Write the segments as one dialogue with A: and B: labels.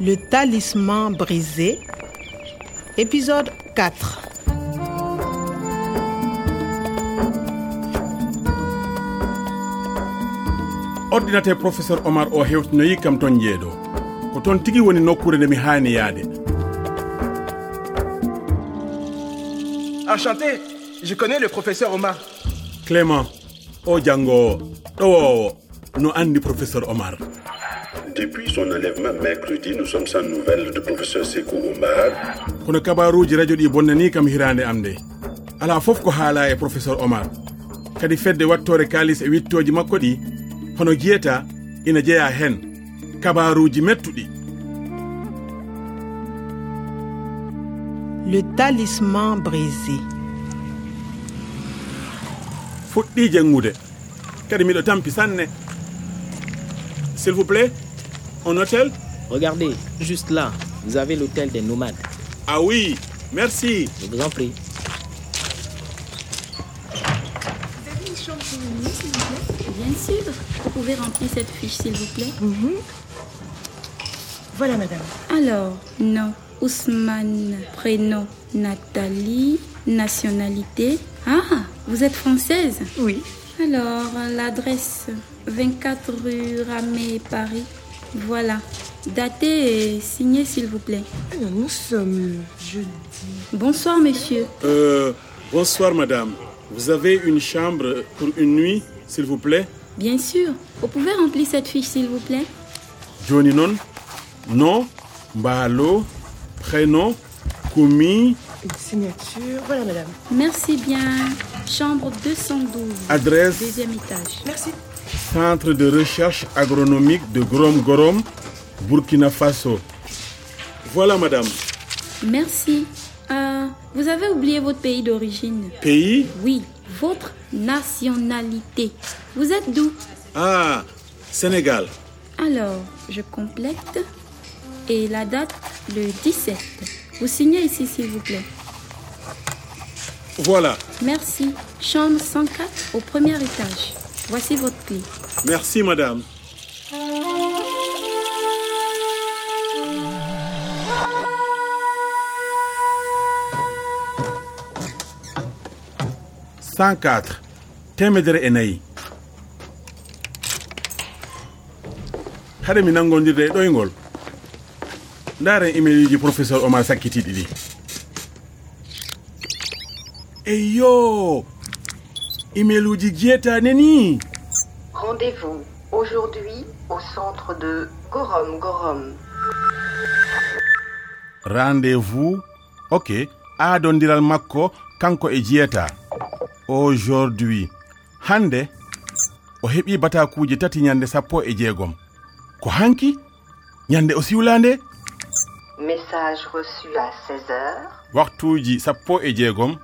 A: Le talisman brisé, épisode 4.
B: ordinateur professeur omar o hewtinoyi kam ton jeeɗo ko toon tigi woni nokkure nde mi haani yaade
C: Enchanté, je connais le professeur Omar.
B: clément o janngowo ɗowowo no anndi professeur omar
D: Depuis son enlèvement mercredi, nous sommes sans nouvelles du professeur Sekou Omar.
B: kono kabaruuji radio ɗi bonnani kam hiraande am nde alaa fof ko haala e professeur omar kadi fedde wattoore kaalis e wittooji makko ɗi hono jiyata ina jeyaa heen kabaruuji mettuɗi
A: Le talisman brisé.
B: fuɗɗi jenngude kadi miɗo tampi sanne s'il vous plaît un hôtel
E: Regardez, juste là, vous avez l'hôtel des nomades.
B: ah oui merci
E: Je vous en prie.
F: Vous avez une chambre pour nous, s'il vous plaît Bien sûr. Vous pouvez remplir cette fiche, s'il vous plaît.
G: Mhm. Voilà, madame.
F: Alors, nom, Ousmane, prénom, Nathalie, nationalité. Ah, vous êtes française
G: Oui.
F: Alors, l'adresse 24 rue Ramé, Paris. Voilà. Datez et signez, s'il vous plaît.
G: Alors, nous sommes jeudi.
F: Bonsoir, monsieur.
B: Euh, bonsoir madame. Vous avez une chambre pour une nuit, s'il vous plaît
F: Bien sûr. Vous pouvez remplir cette fiche, s'il vous plaît
B: Johnny non Non Mbalo Prénom Koumi
G: Une signature. Voilà, madame.
F: Merci bien. Chambre 212.
B: Ah. Adresse
F: Deuxième étage.
G: Merci.
B: Centre de recherche agronomique de Grom Gorom, Burkina Faso. Voilà madame.
F: Merci. Euh, vous avez oublié votre pays d'origine.
B: Pays
F: Oui, votre nationalité. Vous êtes d'où
B: Ah, Sénégal.
F: Alors, je complète. Et la date, le 17. Vous signez ici, s'il vous plaît.
B: Voilà.
F: Merci. Chambre 104 au premier étage. Voici votre clé.
B: Merci madame. cent quatre temedere e nayi hade mi nangodirde e ɗoyngol ndaren email uji professeur omar sakkitiɗi ɗi eyyo email uji jeetane ni
H: Rendez-vous aujourd'hui au centre de Gorom Gorom.
B: rendez-vous ok aadondiral makko kanko e jiyata aujourd'hui hande o heɓi batakuji tati ñande sappo e jeegom ko hanki ñande o siwlande
H: Message reçu à 16h.
B: waktuji sappo e jeegom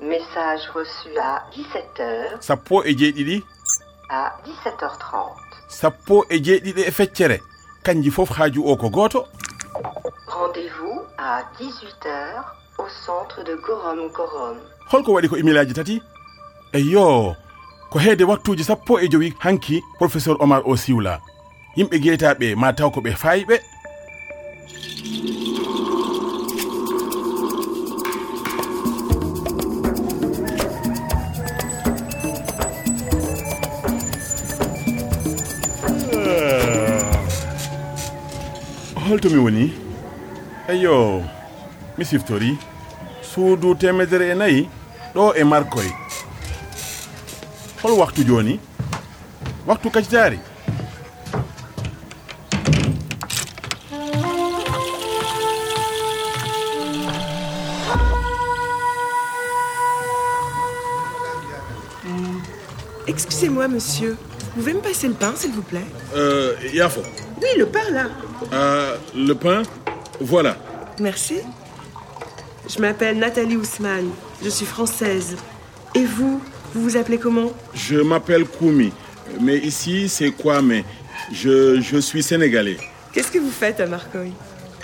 H: Message reçu à 17h
B: sappo e jeeɗiɗi
H: à 17h30.
B: sappo e jeeɗiɗi e feccere kanji fof haaju o ko gooto
H: Rendez-vous à 18h au centre de Gorom Gorom.
B: holko waɗi ko imilaji tati eyyo ko heede waktuji sappo e joyi hanki professeur omar o siwla yimɓe gueytaɓe ma taw ko ɓe fayɓe holtomi woni eyyo mi siftori suudu temedere e nayi ɗo e markoy hol waktu joni waktu kacitari
G: Excusez-moi, monsieur. Vous pouvez me passer le pain, s'il vous plaît
B: euh, yafo
G: Oui, le pain, là.
B: euh, le pain voilà
G: Merci. Je m'appelle Nathalie Ousmane. Je suis française. Et vous Vous vous appelez comment
B: je m'appelle koumi mais ici c'est quoi mais je, je suis sénégalais
G: Qu'est-ce que vous faites à Marcoy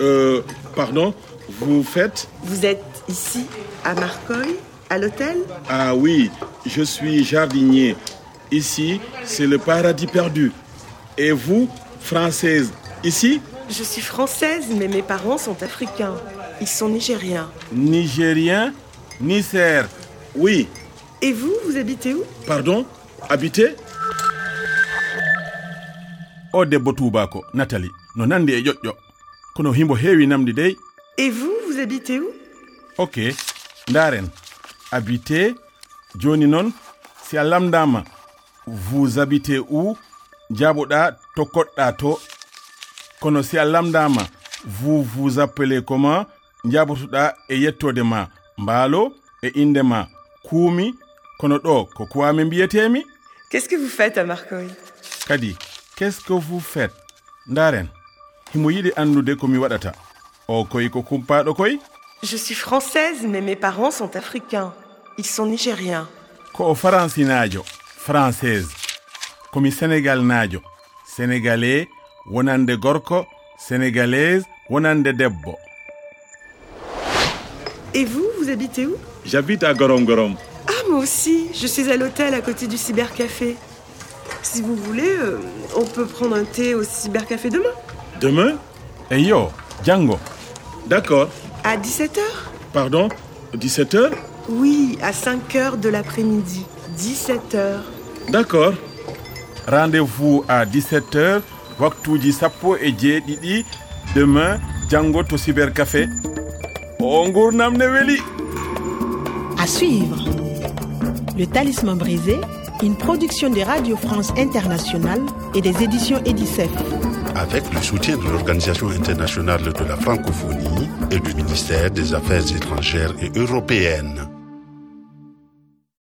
B: euh, pardon vous faites
G: Vous êtes ici, à Marcoy, à l'hôtel
B: ah oui je suis jardinier ici c'est le paradis perdu et vous française ici
G: Je suis française, mais mes parents sont africains. Ils sont nigériens.
B: Nigérien, Niger.
D: Oui,
G: Et vous, vous habitez où
D: pardon, habiter
B: o debbo tuubako natali no nandi e ƴoƴƴo kono himbo heewi namdi dey
G: Et vous, vous habitez où
B: ok ndaren habité joni noon si a lamdama vous habité où jaaboɗa to koɗɗa to kono si a lamdama vous vous appelez comment jaabotoɗa e yettode ma mbaalo e inde ma kuumi kono ɗo ko kuwami mbiyetemi
G: Qu'est-ce que vous faites à Marcoy
B: kadi qu'est ce que vous faites ndaren himo yiɗi andude komi waɗata o koy ko kumpaɗo koy
G: Je suis française, mais mes parents sont africains. Ils sont nigériens.
B: ko o faransinajo française komi sénégal najo sénégalais wonande gorko sénégalaise wonande debbo
G: Et vous, vous habitez où
D: J'habite à Gorom Gorom.
G: Ah, moi aussi. Je suis à l'hôtel à côté du cybercafé. Si vous voulez, euh, on peut prendre un thé au cybercafé demain,
D: Demain
B: e yo jango
D: D'accord.
G: à 17h
D: Pardon 17h
G: Oui, à 5h de l'après-midi. 17h.
D: D'accord.
B: rendez-vous à 17h waktuji sappo e jeeɗiɗi demain jango to cyber café o gurnam ne weeli
A: À suivre. Le Talisman brisé, une production de Radio France Internationale et des éditions Edicef.
D: Avec le soutien de l'Organisation internationale de la francophonie et du ministère des Affaires étrangères et européennes.